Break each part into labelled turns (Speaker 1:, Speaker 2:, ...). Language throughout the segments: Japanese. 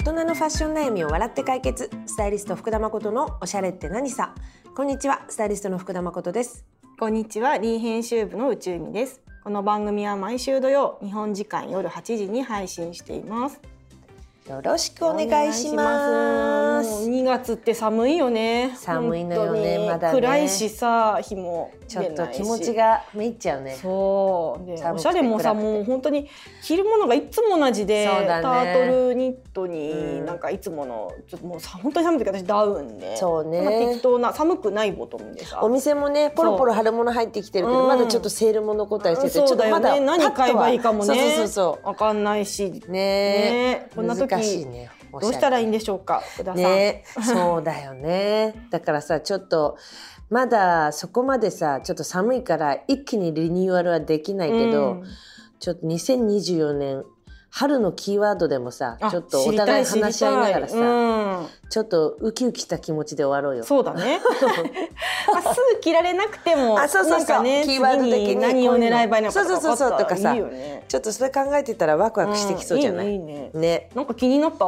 Speaker 1: 人のファッション悩みを笑って解決スタイリスト福田誠のおしゃれって何さこんにちはスタイリストの福田誠です
Speaker 2: こんにちは、リー編集部の宇宙美です。この番組は毎週土曜、日本時間夜8時に配信しています。
Speaker 1: よろしくお願いしま
Speaker 2: も
Speaker 1: す
Speaker 2: う2月って寒いよね。
Speaker 1: 寒いのよね
Speaker 2: 本当に
Speaker 1: まだね
Speaker 2: 暗いしさ、日も
Speaker 1: ちょっ
Speaker 2: 出
Speaker 1: と
Speaker 2: ないし
Speaker 1: 気持ち。がめいっちゃうね
Speaker 2: そうで
Speaker 1: 寒
Speaker 2: お
Speaker 1: く
Speaker 2: してゃれもさ
Speaker 1: 暗くて
Speaker 2: もう本当に着るものがいつも同じで、
Speaker 1: そうだね
Speaker 2: タートルニットに、
Speaker 1: うん
Speaker 2: なんかいつものちょっともうさ本当に寒い時私ダウンで
Speaker 1: そうね
Speaker 2: なんか適当な寒くないボトムでさ
Speaker 1: お店もねポロポロ春物入ってきてるけど、
Speaker 2: うん
Speaker 1: まだちょっとセールも残ったりしてて、
Speaker 2: うん
Speaker 1: ちょっとまだ
Speaker 2: そうだよね何買えばいいかもね
Speaker 1: パッとはそうそうそう
Speaker 2: わかんないし
Speaker 1: そうね
Speaker 2: ねこんな時
Speaker 1: 難しいねおしゃれ
Speaker 2: どうしたらいいんでしょうか福田さん、
Speaker 1: ね、そうだよね。だからさ、ちょっと、まだそこまでさ、ちょっと寒いから、一気にリニューアルはできないけど、
Speaker 2: うん
Speaker 1: ちょっと2024年、春のキーワードでもさ、
Speaker 2: あ
Speaker 1: ちょっとお互い
Speaker 2: 知りた
Speaker 1: 話し合いながら
Speaker 2: 知り
Speaker 1: さ、
Speaker 2: たい
Speaker 1: ちょっとウキウキした気持ちで終わろう
Speaker 2: うん
Speaker 1: よ。
Speaker 2: そうだ ねまあすぐ着られなくても
Speaker 1: あそうそうそう
Speaker 2: なんかね
Speaker 1: キーワード的に
Speaker 2: 次何を狙えばいいのか
Speaker 1: そう
Speaker 2: とか
Speaker 1: そうそうそう
Speaker 2: 分かったらいいよね
Speaker 1: ちょっとそれ考えてたらワクワクしてきそうじゃない、
Speaker 2: うんいいねいいね
Speaker 1: ね。
Speaker 2: なんか気になった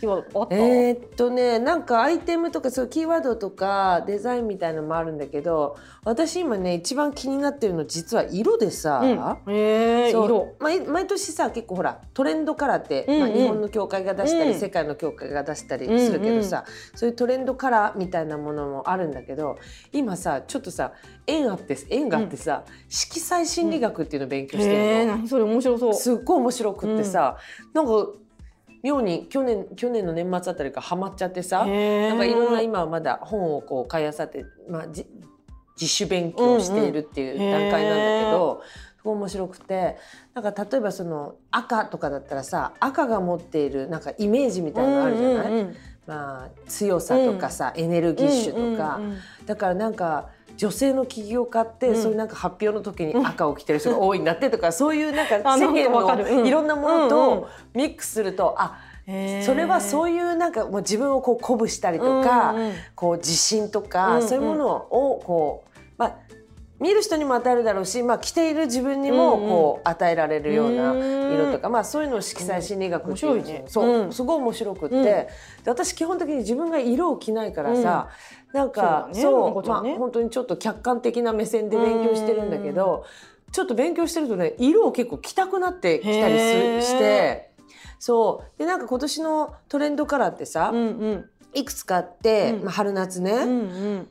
Speaker 2: キーワードあった、
Speaker 1: えーっとねなんかアイテムとかそうキーワードとかデザインみたいのもあるんだけど私今ね一番気になってるの実は色でさ、
Speaker 2: うん、えー、
Speaker 1: そう
Speaker 2: 色
Speaker 1: 毎毎年さ結構ほらトレンドカラーって、
Speaker 2: うんうん
Speaker 1: まあ、日本の協会が出したり、
Speaker 2: うん
Speaker 1: 世界の協会が出したりするけどさ、そういうトレンドカラーみたいなものもあるんだけど今さちょっとさ縁あって縁があってさ、色彩心理学っていうのを勉強してるの。
Speaker 2: えー、何それ面白そう
Speaker 1: すっごい面白くってさ、なんか妙に去年去年の年末あたりからハマっちゃってさ、
Speaker 2: えー
Speaker 1: なんかいろんな今はまだ本をこう買いあさって、まあ、じ自主勉強をしているっていう
Speaker 2: うんうん
Speaker 1: 段階なんだけど、すごい面白くてなんか例えばその赤とかだったらさ赤が持っているなんかイメージみたいなのあるじゃない、
Speaker 2: うんうんうん
Speaker 1: まあ、強さとかさ、エネルギッシュとか。
Speaker 2: うんうんうん
Speaker 1: だからなんか女性の起業家って、
Speaker 2: うん
Speaker 1: そういうなんか発表の時に赤を着てる人が多いんだってとか、そういうなんか
Speaker 2: あ
Speaker 1: 世
Speaker 2: なん
Speaker 1: 間
Speaker 2: かわかるうん
Speaker 1: のいろんなもの
Speaker 2: うんうん
Speaker 1: とミックスすると、あ
Speaker 2: えー
Speaker 1: それはそういうなんかもう自分をこう鼓舞したりとか、
Speaker 2: うんうん
Speaker 1: こう自信とか、
Speaker 2: うんうん
Speaker 1: そういうものをこうまあ見る人にも与えるだろうし、まあ、着ている自分にもこう与えられるような色とか、まあ、そういうのを色彩心理学っていうの
Speaker 2: 面白いね
Speaker 1: そう、
Speaker 2: うん
Speaker 1: すごい面白くって、
Speaker 2: うん
Speaker 1: で私基本的に自分が色を着ないからさ、なんか
Speaker 2: そうだね
Speaker 1: そう,、
Speaker 2: まこち
Speaker 1: ま
Speaker 2: ゃ
Speaker 1: あ
Speaker 2: んね
Speaker 1: 本当にちょっと客観的な目線で勉強してるんだけど、ちょっと勉強してるとね色を結構着たくなってきたりす
Speaker 2: へ
Speaker 1: る
Speaker 2: ー
Speaker 1: して。そうでなんか今年のトレンドカラーってさ、
Speaker 2: うんうん
Speaker 1: いくつかあって、
Speaker 2: うん
Speaker 1: まあ、春夏ね、
Speaker 2: うんうん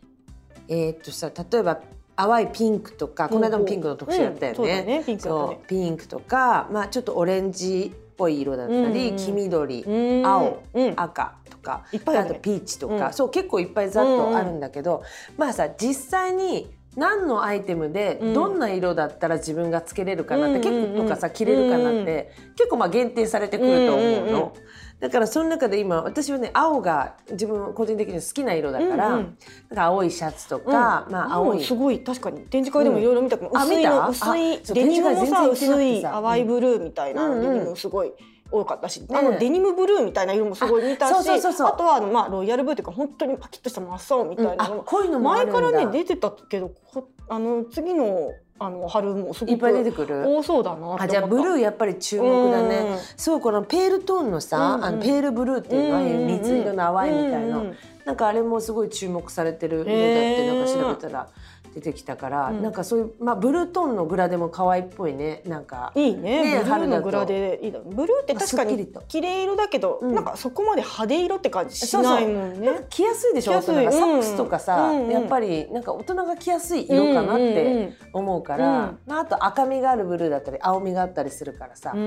Speaker 1: えーっとさ例えば淡いピンクとかこの間もピンクの特集やったよね。
Speaker 2: うんそうだねピンクだった
Speaker 1: そ
Speaker 2: ね
Speaker 1: うピンクとか、まあ、ちょっとオレンジっぽい色だったり、
Speaker 2: うんうん
Speaker 1: 黄緑、
Speaker 2: うん
Speaker 1: 青、
Speaker 2: うん
Speaker 1: 赤とか
Speaker 2: いっぱいあ
Speaker 1: あ
Speaker 2: る
Speaker 1: と
Speaker 2: ね
Speaker 1: ピーチとか、
Speaker 2: うん
Speaker 1: そう結構いっぱいざっとあるんだけど、まあさ実際に何のアイテムで
Speaker 2: うん
Speaker 1: どんな色だったら自分がつけれるかなって、
Speaker 2: うん
Speaker 1: 結
Speaker 2: うんうん
Speaker 1: 構とかさ着れるかなって、結構まあ限定されてくると思うの。
Speaker 2: うんうんうん
Speaker 1: だからその中で今私はね青が自分個人的に好きな色だから、
Speaker 2: うんうん
Speaker 1: なんか青いシャツとか、まあ青
Speaker 2: もう
Speaker 1: い
Speaker 2: すごい確かに展示会でもいろいろ見たけど、
Speaker 1: うんあ
Speaker 2: 薄い
Speaker 1: 見た
Speaker 2: の薄い
Speaker 1: あそう
Speaker 2: デニム
Speaker 1: 展示会全
Speaker 2: もさ
Speaker 1: 然行
Speaker 2: 薄
Speaker 1: けなくて
Speaker 2: い
Speaker 1: さ
Speaker 2: 淡いブルーみたいな、
Speaker 1: うん
Speaker 2: デニムすごい多かったし、
Speaker 1: ね
Speaker 2: あのデニムブルーみたいな色もすごい見たし
Speaker 1: あ
Speaker 2: あ
Speaker 1: そうそうそうそう
Speaker 2: とはあのまあロイヤルブルーというか本当にパキッとした真っ青みたいなの
Speaker 1: うんあこういうのもある
Speaker 2: 前
Speaker 1: ん
Speaker 2: か
Speaker 1: だ
Speaker 2: らね出てたけどこあの次のあの春もすごく
Speaker 1: いっぱい出てくる
Speaker 2: 多そうだなと思った
Speaker 1: あじゃあブルーやっぱり注目だね、
Speaker 2: うん
Speaker 1: そうこのペールトーンのさ、
Speaker 2: うんうん
Speaker 1: あのペールブルーっていうのは、ああいう水色の淡いみたいな、
Speaker 2: うんうん
Speaker 1: なんかあれもすごい注目されてる色だっ
Speaker 2: へ
Speaker 1: て
Speaker 2: ー
Speaker 1: なんか調べたら出てきたから、
Speaker 2: うん
Speaker 1: なんかそういう、まあ、ブルートーンのグラデも可愛いっぽいねなんか
Speaker 2: いいね
Speaker 1: ね
Speaker 2: ブルー
Speaker 1: 春だ
Speaker 2: の
Speaker 1: と
Speaker 2: グラデいいだブルーって確か
Speaker 1: すっきり
Speaker 2: に
Speaker 1: と
Speaker 2: 綺麗色だけど、
Speaker 1: うん
Speaker 2: なんかそこまで派手色って感じしないもんね
Speaker 1: なんか着やすいでしょ
Speaker 2: 着
Speaker 1: 大
Speaker 2: やすい
Speaker 1: 人がサックスとかさ、
Speaker 2: うんうん
Speaker 1: やっぱりなんか大人が着やすい色かなっ
Speaker 2: うんうんう
Speaker 1: て
Speaker 2: ん
Speaker 1: 思うから、
Speaker 2: うん
Speaker 1: まあ、あと赤みがあるブルーだったり青みがあったりするからさ、な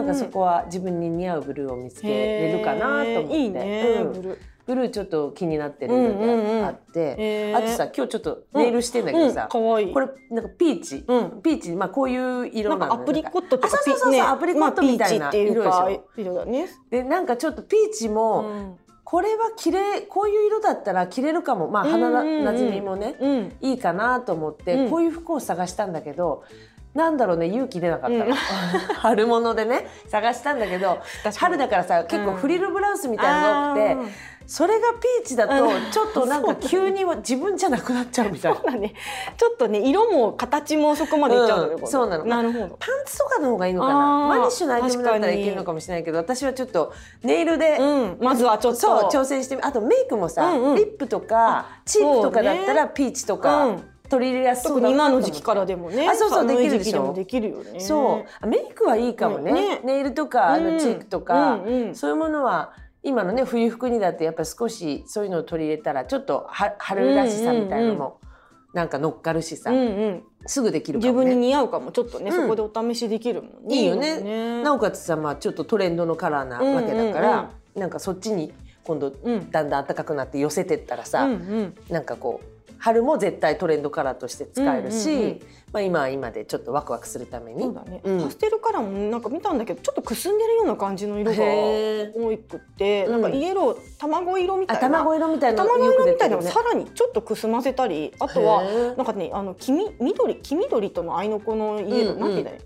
Speaker 2: なん
Speaker 1: かそこは自分に似合うブルーを見つけれるかなと思って
Speaker 2: いいね、
Speaker 1: うん
Speaker 2: ブルー
Speaker 1: ブルーちょっと気になってるの
Speaker 2: うんうんう
Speaker 1: で
Speaker 2: ん
Speaker 1: あって、
Speaker 2: へー
Speaker 1: あとさ今日ちょっとネイルしてんだけどさ、
Speaker 2: うん可愛い
Speaker 1: これなんかピーチ、
Speaker 2: うん
Speaker 1: ピーチまあこういう色な
Speaker 2: な
Speaker 1: んのよ
Speaker 2: かアプリコットと
Speaker 1: あそ
Speaker 2: か
Speaker 1: う
Speaker 2: ピ
Speaker 1: そうそうそう、
Speaker 2: ね
Speaker 1: アプリコットみたい
Speaker 2: まあ
Speaker 1: な
Speaker 2: ピー
Speaker 1: 色
Speaker 2: チってい
Speaker 1: でし
Speaker 2: うか
Speaker 1: ょ。
Speaker 2: 色だね、
Speaker 1: でなんかちょっとピーチ
Speaker 2: う
Speaker 1: も、
Speaker 2: ん
Speaker 1: これは着れこういう色だったら着れるかもまあ
Speaker 2: うんうんうん
Speaker 1: 花なじみもね、
Speaker 2: うん
Speaker 1: いいかなと思って、
Speaker 2: うん
Speaker 1: こういう服を探したんだけどなんだろうね勇気出なかったの、
Speaker 2: うん
Speaker 1: 春物でね探したんだけど春だからさ結構フリルブラウスみたいなのが多くて、それがピーチだと
Speaker 2: うん
Speaker 1: ちょっとなんか急には自分じゃなくなっちゃうみたいな
Speaker 2: そうだね。ちょっとね、色も形もそこまでいっちゃうんだね。
Speaker 1: うん
Speaker 2: これ
Speaker 1: そうなの
Speaker 2: なるほど。
Speaker 1: パンツとかの方がいいのかな
Speaker 2: あー
Speaker 1: マニッシュのアイテムだったら
Speaker 2: 確か
Speaker 1: い
Speaker 2: に
Speaker 1: けるのかもしれないけど私はちょっとネイルで、
Speaker 2: うん、まずはちょっと。
Speaker 1: そう挑戦してみあとメイクもさ、
Speaker 2: うんうん
Speaker 1: リップとかチークとかだったらピーチとか、
Speaker 2: うん
Speaker 1: 取り入れやすそ
Speaker 2: 特
Speaker 1: うだ
Speaker 2: に
Speaker 1: なと
Speaker 2: 今の
Speaker 1: 思って
Speaker 2: 時期からでもね。
Speaker 1: あそうそう
Speaker 2: 寒
Speaker 1: でき
Speaker 2: い
Speaker 1: るで
Speaker 2: 時期
Speaker 1: しょ
Speaker 2: でもできるよね。
Speaker 1: そうあメイクはいいかもね,、
Speaker 2: ね
Speaker 1: ネイルとか、あ
Speaker 2: う
Speaker 1: の
Speaker 2: ん
Speaker 1: チークとか、
Speaker 2: うんうん
Speaker 1: そういうものは今のね冬服にだってやっぱり少しそういうのを取り入れたらちょっとは春らしさみたいなのもなんか乗っかるしさ、
Speaker 2: うんうん。
Speaker 1: すぐできるか
Speaker 2: 自
Speaker 1: も
Speaker 2: 分に
Speaker 1: ね。
Speaker 2: 似合うかもちょっとね、
Speaker 1: うん
Speaker 2: そこでお試しできるもんね。
Speaker 1: いいよね
Speaker 2: もん
Speaker 1: なおかつさ、まあ、ちょっとトレンドのカラーなわけだから、
Speaker 2: うんうん
Speaker 1: なんかそっちに今度
Speaker 2: うん。
Speaker 1: だんだん暖かくなって寄せてったらさ、
Speaker 2: うんうん。
Speaker 1: なんかこう春も絶対トレンドカラーとして使えるし、
Speaker 2: うんうんう
Speaker 1: ま
Speaker 2: ん
Speaker 1: あ、今は今でちょっとワクワクするために。
Speaker 2: そうだね、
Speaker 1: うん
Speaker 2: パステルカラーもなんか見たんだけどちょっとくすんでるような感じの色が
Speaker 1: へー
Speaker 2: 多くて、なんかイエロー卵色みた
Speaker 1: あ
Speaker 2: いな
Speaker 1: 卵色みたいな
Speaker 2: 玉の
Speaker 1: よく
Speaker 2: 色
Speaker 1: 出
Speaker 2: みた
Speaker 1: て
Speaker 2: い
Speaker 1: る
Speaker 2: な
Speaker 1: よ
Speaker 2: のを
Speaker 1: ね
Speaker 2: さらにちょっとくすませたりあと
Speaker 1: へ
Speaker 2: は
Speaker 1: ー
Speaker 2: なんかねあの黄み緑黄緑との合いの子のイエロ
Speaker 1: うんう
Speaker 2: ー、
Speaker 1: ん
Speaker 2: なんて言うんだよ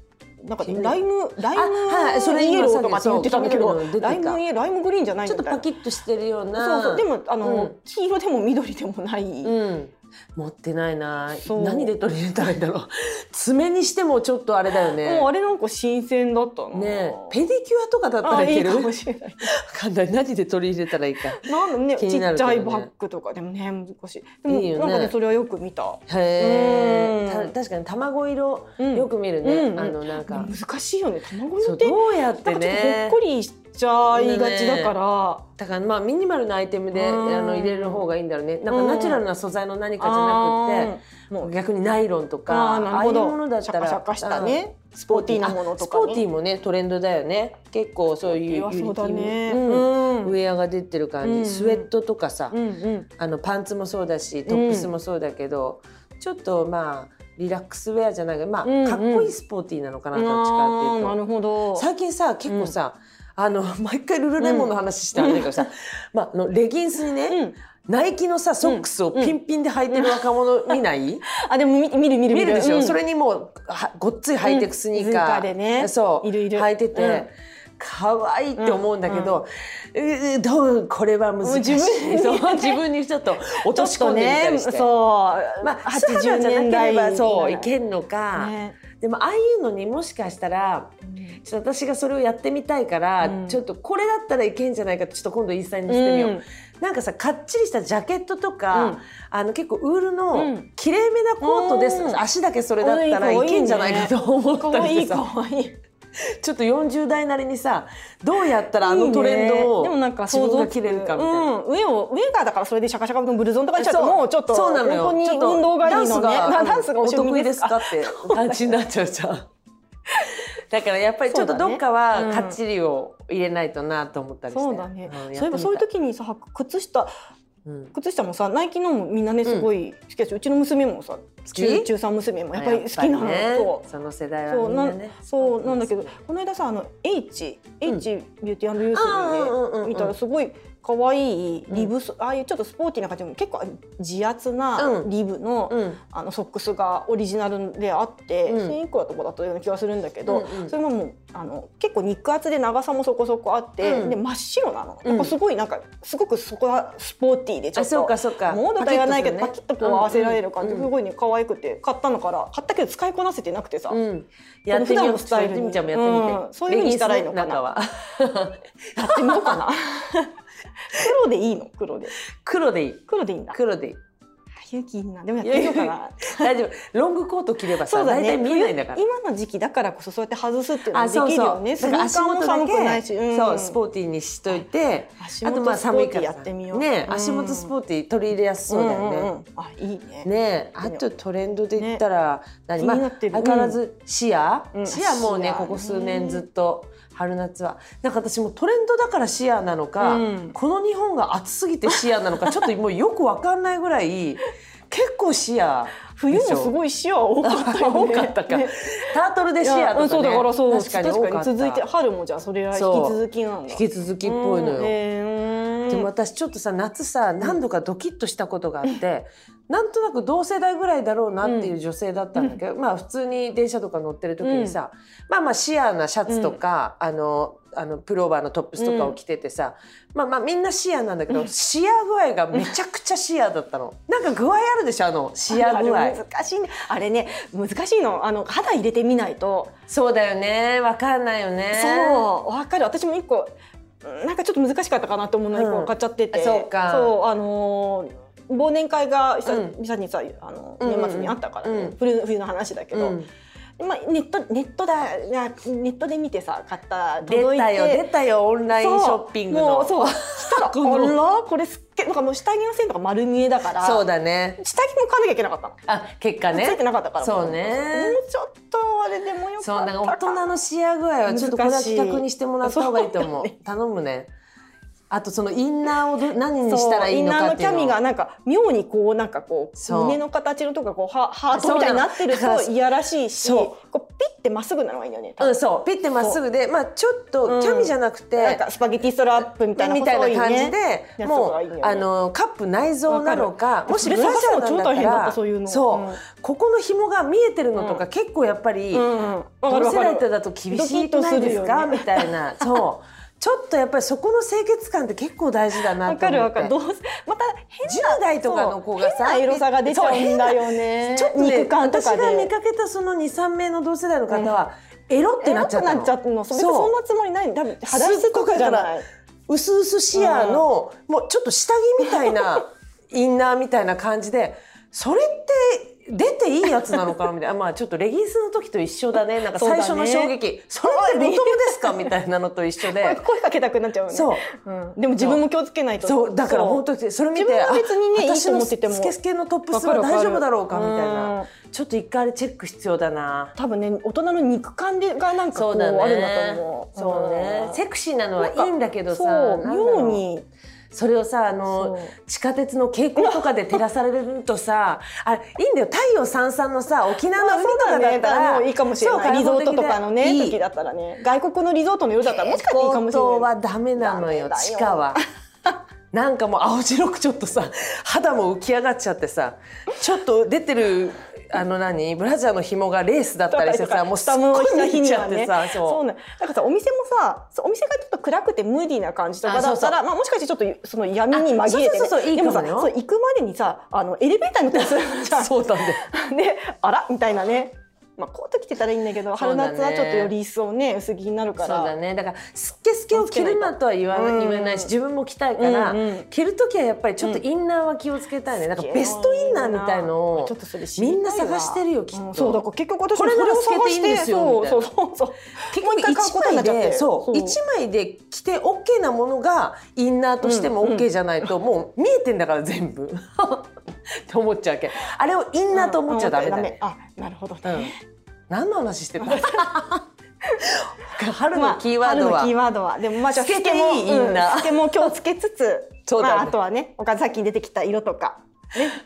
Speaker 2: なんか
Speaker 1: 黄
Speaker 2: ね
Speaker 1: 緑
Speaker 2: ライムライム
Speaker 1: はいそれ
Speaker 2: イエローと
Speaker 1: 今
Speaker 2: かって言ってたんだけ
Speaker 1: そう黄緑の出て
Speaker 2: ど
Speaker 1: た
Speaker 2: ライムイエライムグリーンじゃない
Speaker 1: ちょっと
Speaker 2: みたい
Speaker 1: パ
Speaker 2: な
Speaker 1: キッとしてるような。
Speaker 2: そうそうでもあの、
Speaker 1: うん
Speaker 2: 黄色でも緑でもない、
Speaker 1: うん。持ってないな
Speaker 2: そう
Speaker 1: 何で取り入れたらいいんだろう爪にしてもちょっとあれだよ
Speaker 2: もう
Speaker 1: ね
Speaker 2: あれなんか新鮮だったな
Speaker 1: ねえペディキュアとかだった
Speaker 2: あ
Speaker 1: らい
Speaker 2: い
Speaker 1: け
Speaker 2: い
Speaker 1: る
Speaker 2: か
Speaker 1: わ
Speaker 2: もしれない
Speaker 1: かんない何で取り入れたらいいか
Speaker 2: なんだね
Speaker 1: 気
Speaker 2: ち
Speaker 1: にな
Speaker 2: っ
Speaker 1: る
Speaker 2: ち
Speaker 1: けど
Speaker 2: ゃ
Speaker 1: ね
Speaker 2: いバッグとかでもね難しいでも
Speaker 1: いいよね
Speaker 2: なんかねそれはよく見た
Speaker 1: へえ
Speaker 2: う
Speaker 1: た
Speaker 2: ん
Speaker 1: 確かに卵色
Speaker 2: うん
Speaker 1: よく見るね、
Speaker 2: うん
Speaker 1: あのなんか、
Speaker 2: 難しいよね卵
Speaker 1: そ
Speaker 2: 色
Speaker 1: う
Speaker 2: って
Speaker 1: どうやっ
Speaker 2: な
Speaker 1: て
Speaker 2: んかちょっとほ
Speaker 1: ね
Speaker 2: っこりしちゃいがちだから、
Speaker 1: だからまあミニマルなアイテムであ
Speaker 2: うん
Speaker 1: の入れる方がいいんだろうねなん
Speaker 2: う
Speaker 1: か
Speaker 2: ん
Speaker 1: ナチュラルな素材の何かじゃなくて
Speaker 2: あーもう
Speaker 1: 逆にナイロンとか
Speaker 2: あーな
Speaker 1: あ
Speaker 2: る
Speaker 1: あい
Speaker 2: ほ
Speaker 1: う
Speaker 2: ど
Speaker 1: ものだったら
Speaker 2: シャカシャカしたね
Speaker 1: うん
Speaker 2: スポーティーなものとか
Speaker 1: あスポ
Speaker 2: ね
Speaker 1: ーティーもねトレンドだよね結構そういう
Speaker 2: はそうだね。
Speaker 1: ユニ
Speaker 2: うん
Speaker 1: ウェアが出てる感じ、
Speaker 2: うん
Speaker 1: スウェットとかさ、
Speaker 2: うんうん
Speaker 1: あのパンツもそうだしトップスもそうだけど、ちょっとまあリラックスウェアじゃないけどまあ、
Speaker 2: うんうん
Speaker 1: かっこいいスポーティーなのか
Speaker 2: あ
Speaker 1: などっちかって
Speaker 2: ー
Speaker 1: いうと
Speaker 2: な。るほど。
Speaker 1: 最近さ結構さ、あの 毎回ルルレモンの話してあれだけどさ、 まあ、あのレギンスにね、
Speaker 2: うん
Speaker 1: ナイキのさソックスをピンピンで履いてる若者見ない、
Speaker 2: あでも見見る見る
Speaker 1: 見るでしょ、
Speaker 2: うん
Speaker 1: それにもうはごっつい履いてくスニーカー,、
Speaker 2: うんスニーカーでね
Speaker 1: そう
Speaker 2: いるいる
Speaker 1: 履いて
Speaker 2: うん
Speaker 1: て、可愛いって思うんだけど、ううどうこれは難しい
Speaker 2: もう自分に
Speaker 1: そう自分にちょっと落とし
Speaker 2: ちょ
Speaker 1: 込
Speaker 2: っと
Speaker 1: んでみた
Speaker 2: ね
Speaker 1: りして、
Speaker 2: そう
Speaker 1: まあ素肌じゃなければそういけんのか、
Speaker 2: ね
Speaker 1: でもああいうのにもしかしたらちょっと私がそれをやってみたいから、
Speaker 2: うん
Speaker 1: ちょっとこれだったらいけんじゃないかってちょっと今度インスタにしてみよう、
Speaker 2: うん
Speaker 1: なんかさかっちりしたジャケットとか、
Speaker 2: うん
Speaker 1: あの結構ウール
Speaker 2: う
Speaker 1: の
Speaker 2: ん
Speaker 1: きれいめなコートです、
Speaker 2: うん
Speaker 1: 足だけそれだったらいけんじゃないかと思っ
Speaker 2: 可
Speaker 1: たりして
Speaker 2: 愛い可
Speaker 1: さ
Speaker 2: 愛いい。
Speaker 1: ちょっと40代なりにさどうやったらあのトレンド
Speaker 2: いいね
Speaker 1: を
Speaker 2: でもなんか
Speaker 1: 自
Speaker 2: 想
Speaker 1: 分
Speaker 2: 像
Speaker 1: が
Speaker 2: つ
Speaker 1: 着
Speaker 2: く
Speaker 1: れるかみたいな。
Speaker 2: うん、上を上がだからそれでシャカシャカのブルゾンとかにしちゃ
Speaker 1: そう
Speaker 2: うともうちょっと
Speaker 1: そうなのよ
Speaker 2: 本当に
Speaker 1: ちょっと
Speaker 2: 運動帰りの
Speaker 1: ダン
Speaker 2: ね
Speaker 1: スが
Speaker 2: なダンスが
Speaker 1: お
Speaker 2: 趣
Speaker 1: 得
Speaker 2: 味
Speaker 1: 意ですかって感じになっちゃうじゃん。だからやっぱりちょっとどっか
Speaker 2: そうだ
Speaker 1: は
Speaker 2: ね
Speaker 1: かっちりを入れないとなと思ったりして。
Speaker 2: そうだね、
Speaker 1: ん
Speaker 2: そういえばそういう、時にさ履く靴下
Speaker 1: やってみたいうん
Speaker 2: 靴下もさナイキのもみんなねすごい好きだし、うちの娘もさ
Speaker 1: 好
Speaker 2: 中
Speaker 1: き
Speaker 2: 中3娘もやっぱり好きな
Speaker 1: やっ
Speaker 2: の、
Speaker 1: ぱりね
Speaker 2: そう
Speaker 1: その世代
Speaker 2: そ
Speaker 1: は
Speaker 2: う
Speaker 1: みん
Speaker 2: な
Speaker 1: なんね。
Speaker 2: そうなんだけどこの間さあの H、H ビューティーユース
Speaker 1: うんうんうんう
Speaker 2: の
Speaker 1: ん
Speaker 2: ね見たらすごい可愛いリブス、ああいうちょっとスポーティーな感じも結構地厚な
Speaker 1: うん
Speaker 2: リブの、
Speaker 1: うん
Speaker 2: あのソックスがオリジナルであって、
Speaker 1: うん
Speaker 2: 1000いくらとかだったような気がするんだけど、
Speaker 1: うんうん
Speaker 2: それももうあの結構肉厚で長さもそこそこあって、
Speaker 1: うん
Speaker 2: で真っ白なの、
Speaker 1: うん
Speaker 2: やっぱすごいなんかすごくそこはスポーティーでちょ
Speaker 1: あ
Speaker 2: っ
Speaker 1: そう
Speaker 2: と
Speaker 1: かそうか。
Speaker 2: モードとは言わないけどパキッとこう合わせられる感じ、
Speaker 1: うん
Speaker 2: すごいね可愛くて買ったのから買ったけど使いこなせてなくてさ、
Speaker 1: うんうんやってみよう。
Speaker 2: 普段のスタイルに
Speaker 1: ちょっとみーちゃんもやってみ
Speaker 2: うん
Speaker 1: て。
Speaker 2: そういう風にしたらいいのかな
Speaker 1: レギンス中は
Speaker 2: やってみようかな黒でいいの黒で
Speaker 1: 黒でいい。
Speaker 2: 黒でいいんだ
Speaker 1: 黒でいい。
Speaker 2: 勇気いいなでもやってみようかな
Speaker 1: 大丈夫。ロングコート着ればさ、大体見えないんだから。
Speaker 2: 今の時期だからこそそうやって外すっていうの
Speaker 1: あ、
Speaker 2: はで
Speaker 1: そう
Speaker 2: きる
Speaker 1: そ
Speaker 2: よ
Speaker 1: う。
Speaker 2: ね。
Speaker 1: だから足元だ
Speaker 2: 寒くない
Speaker 1: け、
Speaker 2: し、ん
Speaker 1: そうスポーティーにしといて、
Speaker 2: 足元スポーティーやってみよう
Speaker 1: ね、
Speaker 2: うん
Speaker 1: 足元スポーティー取り入れやすそうだよね。
Speaker 2: んんうんあいいね。
Speaker 1: ねあとトレンドで言ったら、何まあ
Speaker 2: 気になってる
Speaker 1: 相変わらずシア、
Speaker 2: うん
Speaker 1: シアもうね
Speaker 2: シア
Speaker 1: ここ数年ずっと春夏はなんか私もトレンドだからシアなのか、
Speaker 2: うん
Speaker 1: この日本が暑すぎてシアな のかちょっともうよくわかんないぐらい結構シア
Speaker 2: 冬もす
Speaker 1: い
Speaker 2: ごい視野多かったよね。
Speaker 1: 多かったか、
Speaker 2: ね
Speaker 1: タートルで
Speaker 2: い
Speaker 1: シア
Speaker 2: や
Speaker 1: とか
Speaker 2: う
Speaker 1: ね
Speaker 2: んそうだからそう
Speaker 1: 確かに多かった
Speaker 2: 続いて春もじゃあそれは引き
Speaker 1: そう
Speaker 2: 続きなんだ。
Speaker 1: 引き続きっぽいのよ、
Speaker 2: うんへーうん
Speaker 1: でも私ちょっとさ夏さ何度かドキッとしたことがあって、なんとなく同世代ぐらいだろうなっていう女性だったんだけど、まあ普通に電車とか乗ってる時にさ、まあまあシアーなシャツとか、あのあのプローバーのトップスとかを着ててさ、まあまあみんなシアーなんだけど、シアー具合がめちゃくちゃシアーだったの。なんか具合あるでしょあのシアー具
Speaker 2: あ
Speaker 1: 合
Speaker 2: れ。難しいねあれね難しいのあの肌入れてみないと、
Speaker 1: そうだよねわかんないよね。
Speaker 2: そうわかる私も一個なんかちょっと難しかったかなと思うの一
Speaker 1: う
Speaker 2: 個
Speaker 1: ん
Speaker 2: 買っちゃってて、
Speaker 1: あそうか
Speaker 2: そうあのー忘年会が久
Speaker 1: うん
Speaker 2: 々にさ、あの
Speaker 1: うんうんうん
Speaker 2: 年末にあったからね、
Speaker 1: うん
Speaker 2: 冬冬の話だけど、
Speaker 1: うん
Speaker 2: まあ、ネットネットだなネットで見てさ買った
Speaker 1: 出
Speaker 2: 届い
Speaker 1: た
Speaker 2: て
Speaker 1: よ出たよオンラインシ
Speaker 2: そう
Speaker 1: ョッピングの
Speaker 2: も うそうしたら
Speaker 1: この
Speaker 2: あらこれすっげなんかもう下着の線とか丸見えだから
Speaker 1: そうだね
Speaker 2: 下着も買わなきゃいけなかったの、
Speaker 1: あ結果
Speaker 2: つい
Speaker 1: ね
Speaker 2: てなかったから
Speaker 1: そうね
Speaker 2: もうちょっとあれでもよかった
Speaker 1: そう
Speaker 2: か
Speaker 1: なんか大人の仕上げ具合はちょっとこれは企画にしてもらった方がいいと思う頼むねあとそのインナーをど何にしたらいいのかっていう
Speaker 2: そうイ
Speaker 1: の
Speaker 2: ンナーのキャミがなんか妙にこうなんかこう
Speaker 1: そう
Speaker 2: 胸の形のとこがこうハハートみたいになってる
Speaker 1: そうなの
Speaker 2: といやらしいし
Speaker 1: そ
Speaker 2: こうピッてまっすぐなのがいいんだよね、多
Speaker 1: う
Speaker 2: 分
Speaker 1: んそうピッてまっすぐでまあちょっとキャミじゃなく
Speaker 2: なん
Speaker 1: て
Speaker 2: かスパゲティストラップみたいな
Speaker 1: みたい
Speaker 2: 細い、ね、
Speaker 1: な感じ
Speaker 2: い
Speaker 1: で
Speaker 2: や
Speaker 1: も
Speaker 2: そうがいいよ
Speaker 1: う
Speaker 2: ね
Speaker 1: あのカップ内蔵なの
Speaker 2: わ
Speaker 1: か
Speaker 2: かる
Speaker 1: もし
Speaker 2: 私
Speaker 1: ブラジャー
Speaker 2: それ探す
Speaker 1: な
Speaker 2: の
Speaker 1: ん
Speaker 2: 超大変だった
Speaker 1: だ
Speaker 2: そ
Speaker 1: か
Speaker 2: ういうの
Speaker 1: らそう
Speaker 2: うん
Speaker 1: ここの紐が見えてるのとか結構やっぱり
Speaker 2: うんわか
Speaker 1: 同
Speaker 2: るわ
Speaker 1: 世
Speaker 2: か
Speaker 1: 代と
Speaker 2: る
Speaker 1: だと厳しいくないですか
Speaker 2: ドキッとするよね
Speaker 1: みたいなそうちょっとやっぱりそこの清潔感って結構大事だな
Speaker 2: わ
Speaker 1: と
Speaker 2: かる
Speaker 1: 思
Speaker 2: わ
Speaker 1: っ
Speaker 2: か
Speaker 1: て
Speaker 2: るどうせまた変な
Speaker 1: 10代とかの子がさ
Speaker 2: そう変な色差が出ちゃうんだよね
Speaker 1: ちょっとね
Speaker 2: 肉感と
Speaker 1: 私
Speaker 2: かで
Speaker 1: が見かけたその23名の同世代の方は、エロってなっちゃった
Speaker 2: エロくなっちゃ
Speaker 1: の
Speaker 2: ったのそれ
Speaker 1: そう
Speaker 2: そんなつもりない多分肌質とかじゃない
Speaker 1: 薄々シアーの、もうちょっと下着みたいなインナーみたいな感じ でそれって出ていいやつなのかなみたいなまあちょっとレギンスの時と一緒だねなんか最初の衝撃そ,、れってボトムですかみたいなのと一緒で
Speaker 2: 声かけたくなっちゃうよ ね
Speaker 1: そう
Speaker 2: うんでも自分も気をつけないと
Speaker 1: そうだから本
Speaker 2: 当
Speaker 1: 当にそれ見て
Speaker 2: 自分は別にね
Speaker 1: あ
Speaker 2: いいと思ってても
Speaker 1: 私のスケスケのトップス
Speaker 2: わ
Speaker 1: は
Speaker 2: かるわか
Speaker 1: 大
Speaker 2: る
Speaker 1: 丈夫だろうかみたいな
Speaker 2: う
Speaker 1: ちょっと一回あれチェック必要だな
Speaker 2: 多分ね大人の肉感でがなんかこうあるんだと思う
Speaker 1: そうね
Speaker 2: ん
Speaker 1: セクシーなのはいいんだけどさ
Speaker 2: そう
Speaker 1: なんだろう
Speaker 2: 妙に
Speaker 1: それをさあの
Speaker 2: そう
Speaker 1: 地下鉄の蛍光とかで照らされると さあれいいんだよ太陽さんさんのさ沖縄の海とかだった
Speaker 2: まあそう
Speaker 1: ら
Speaker 2: ねいいかもしれ
Speaker 1: そう
Speaker 2: ないリゾートとかのね
Speaker 1: 開放的でい
Speaker 2: 時
Speaker 1: い
Speaker 2: だったらね外国のリゾートの夜だったらもしかしていいかもしれ
Speaker 1: 蛍光灯
Speaker 2: ない
Speaker 1: はダメなのよ
Speaker 2: ダメだよ
Speaker 1: 地下はなんかもう青白くちょっとさ肌も浮き上がっちゃってさちょっと出てるあの何ブラジャーの紐がレースだったりしてさもうすっごい見えちゃって さ
Speaker 2: そう
Speaker 1: そう
Speaker 2: なんなんかさお店もさそうお店がちょっと暗くてムーディーな感じとかだ
Speaker 1: あ
Speaker 2: っ
Speaker 1: そ
Speaker 2: た
Speaker 1: う
Speaker 2: らまあもしかしてちょっとその闇に紛れてね
Speaker 1: あそうそうそうそういい
Speaker 2: で
Speaker 1: かも
Speaker 2: も
Speaker 1: よ
Speaker 2: さそう行くまでにさあのエレベーターに乗ったりするじゃ ん
Speaker 1: そうなんだよ
Speaker 2: であらみたいなねまあコート着てたらいいんだけど
Speaker 1: そう
Speaker 2: 春
Speaker 1: だね
Speaker 2: 夏はちょっとより一層ね薄着になる
Speaker 1: そ
Speaker 2: か
Speaker 1: う
Speaker 2: ら
Speaker 1: だねだからすっけすけを着るなとは言わ,、
Speaker 2: うん
Speaker 1: 言わないし自分も着たいから、
Speaker 2: うんうん
Speaker 1: 着る時はやっぱりちょっとインナーは気をつけたいね、なんかベストインナーみたいのを
Speaker 2: ちょっとそれ知りた
Speaker 1: み
Speaker 2: いわ
Speaker 1: んな探してるよきっと、
Speaker 2: うんそうだから結局私も
Speaker 1: これなら
Speaker 2: そを探
Speaker 1: 透けていいんですよ
Speaker 2: そう
Speaker 1: みたいな
Speaker 2: そうそうそう
Speaker 1: 結
Speaker 2: もう
Speaker 1: 局
Speaker 2: 一回買うことにな
Speaker 1: 1枚
Speaker 2: っちゃって
Speaker 1: でそう一枚で着て OK なものがインナーとしても OK じゃないと、 もう見えてんだから全部って思っちゃうわけあれをインナーと思っちゃダメだね、
Speaker 2: あなるほどね、
Speaker 1: うん何の話 してた春
Speaker 2: ま
Speaker 1: の
Speaker 2: あ
Speaker 1: キーワード
Speaker 2: 春の
Speaker 1: は
Speaker 2: キーワードはでもまあじゃあ
Speaker 1: 透けていい
Speaker 2: も
Speaker 1: インナー
Speaker 2: うん透けも今日つけつつ
Speaker 1: そうだね
Speaker 2: まああとはねおかずさっき出てきた色とか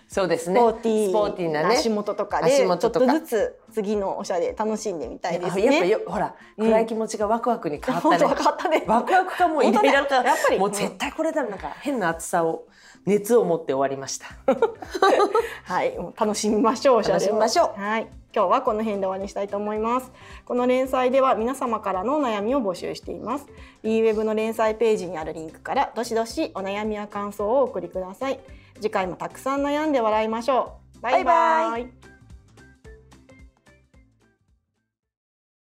Speaker 1: そうです
Speaker 2: ス
Speaker 1: ね
Speaker 2: ポーティー
Speaker 1: スポーティーなね
Speaker 2: 足元とかで
Speaker 1: 足元とか
Speaker 2: ちょっとずつ次のおしゃれ楽しんでみたいですね。
Speaker 1: やっぱよほら
Speaker 2: うん
Speaker 1: 暗い気持ちがワクワクに変わった ね、
Speaker 2: 本当わかったね。
Speaker 1: ワクワクかもうイライラか
Speaker 2: 本当だやっぱり
Speaker 1: もう絶対これだなんか変な暑さを熱を持って終わりました
Speaker 2: はい、もう楽しみましょう。おしゃれ
Speaker 1: 楽し
Speaker 2: を
Speaker 1: みましょう
Speaker 2: はい、今日はこの辺で終わりにしたいと思います。この連載では皆様からのお悩みを募集しています。eWeb の連載ページにあるリンクからどしどしお悩みや感想をお送りください。次回もたくさん悩んで笑いましょう。バイバ
Speaker 1: バイバ
Speaker 2: イ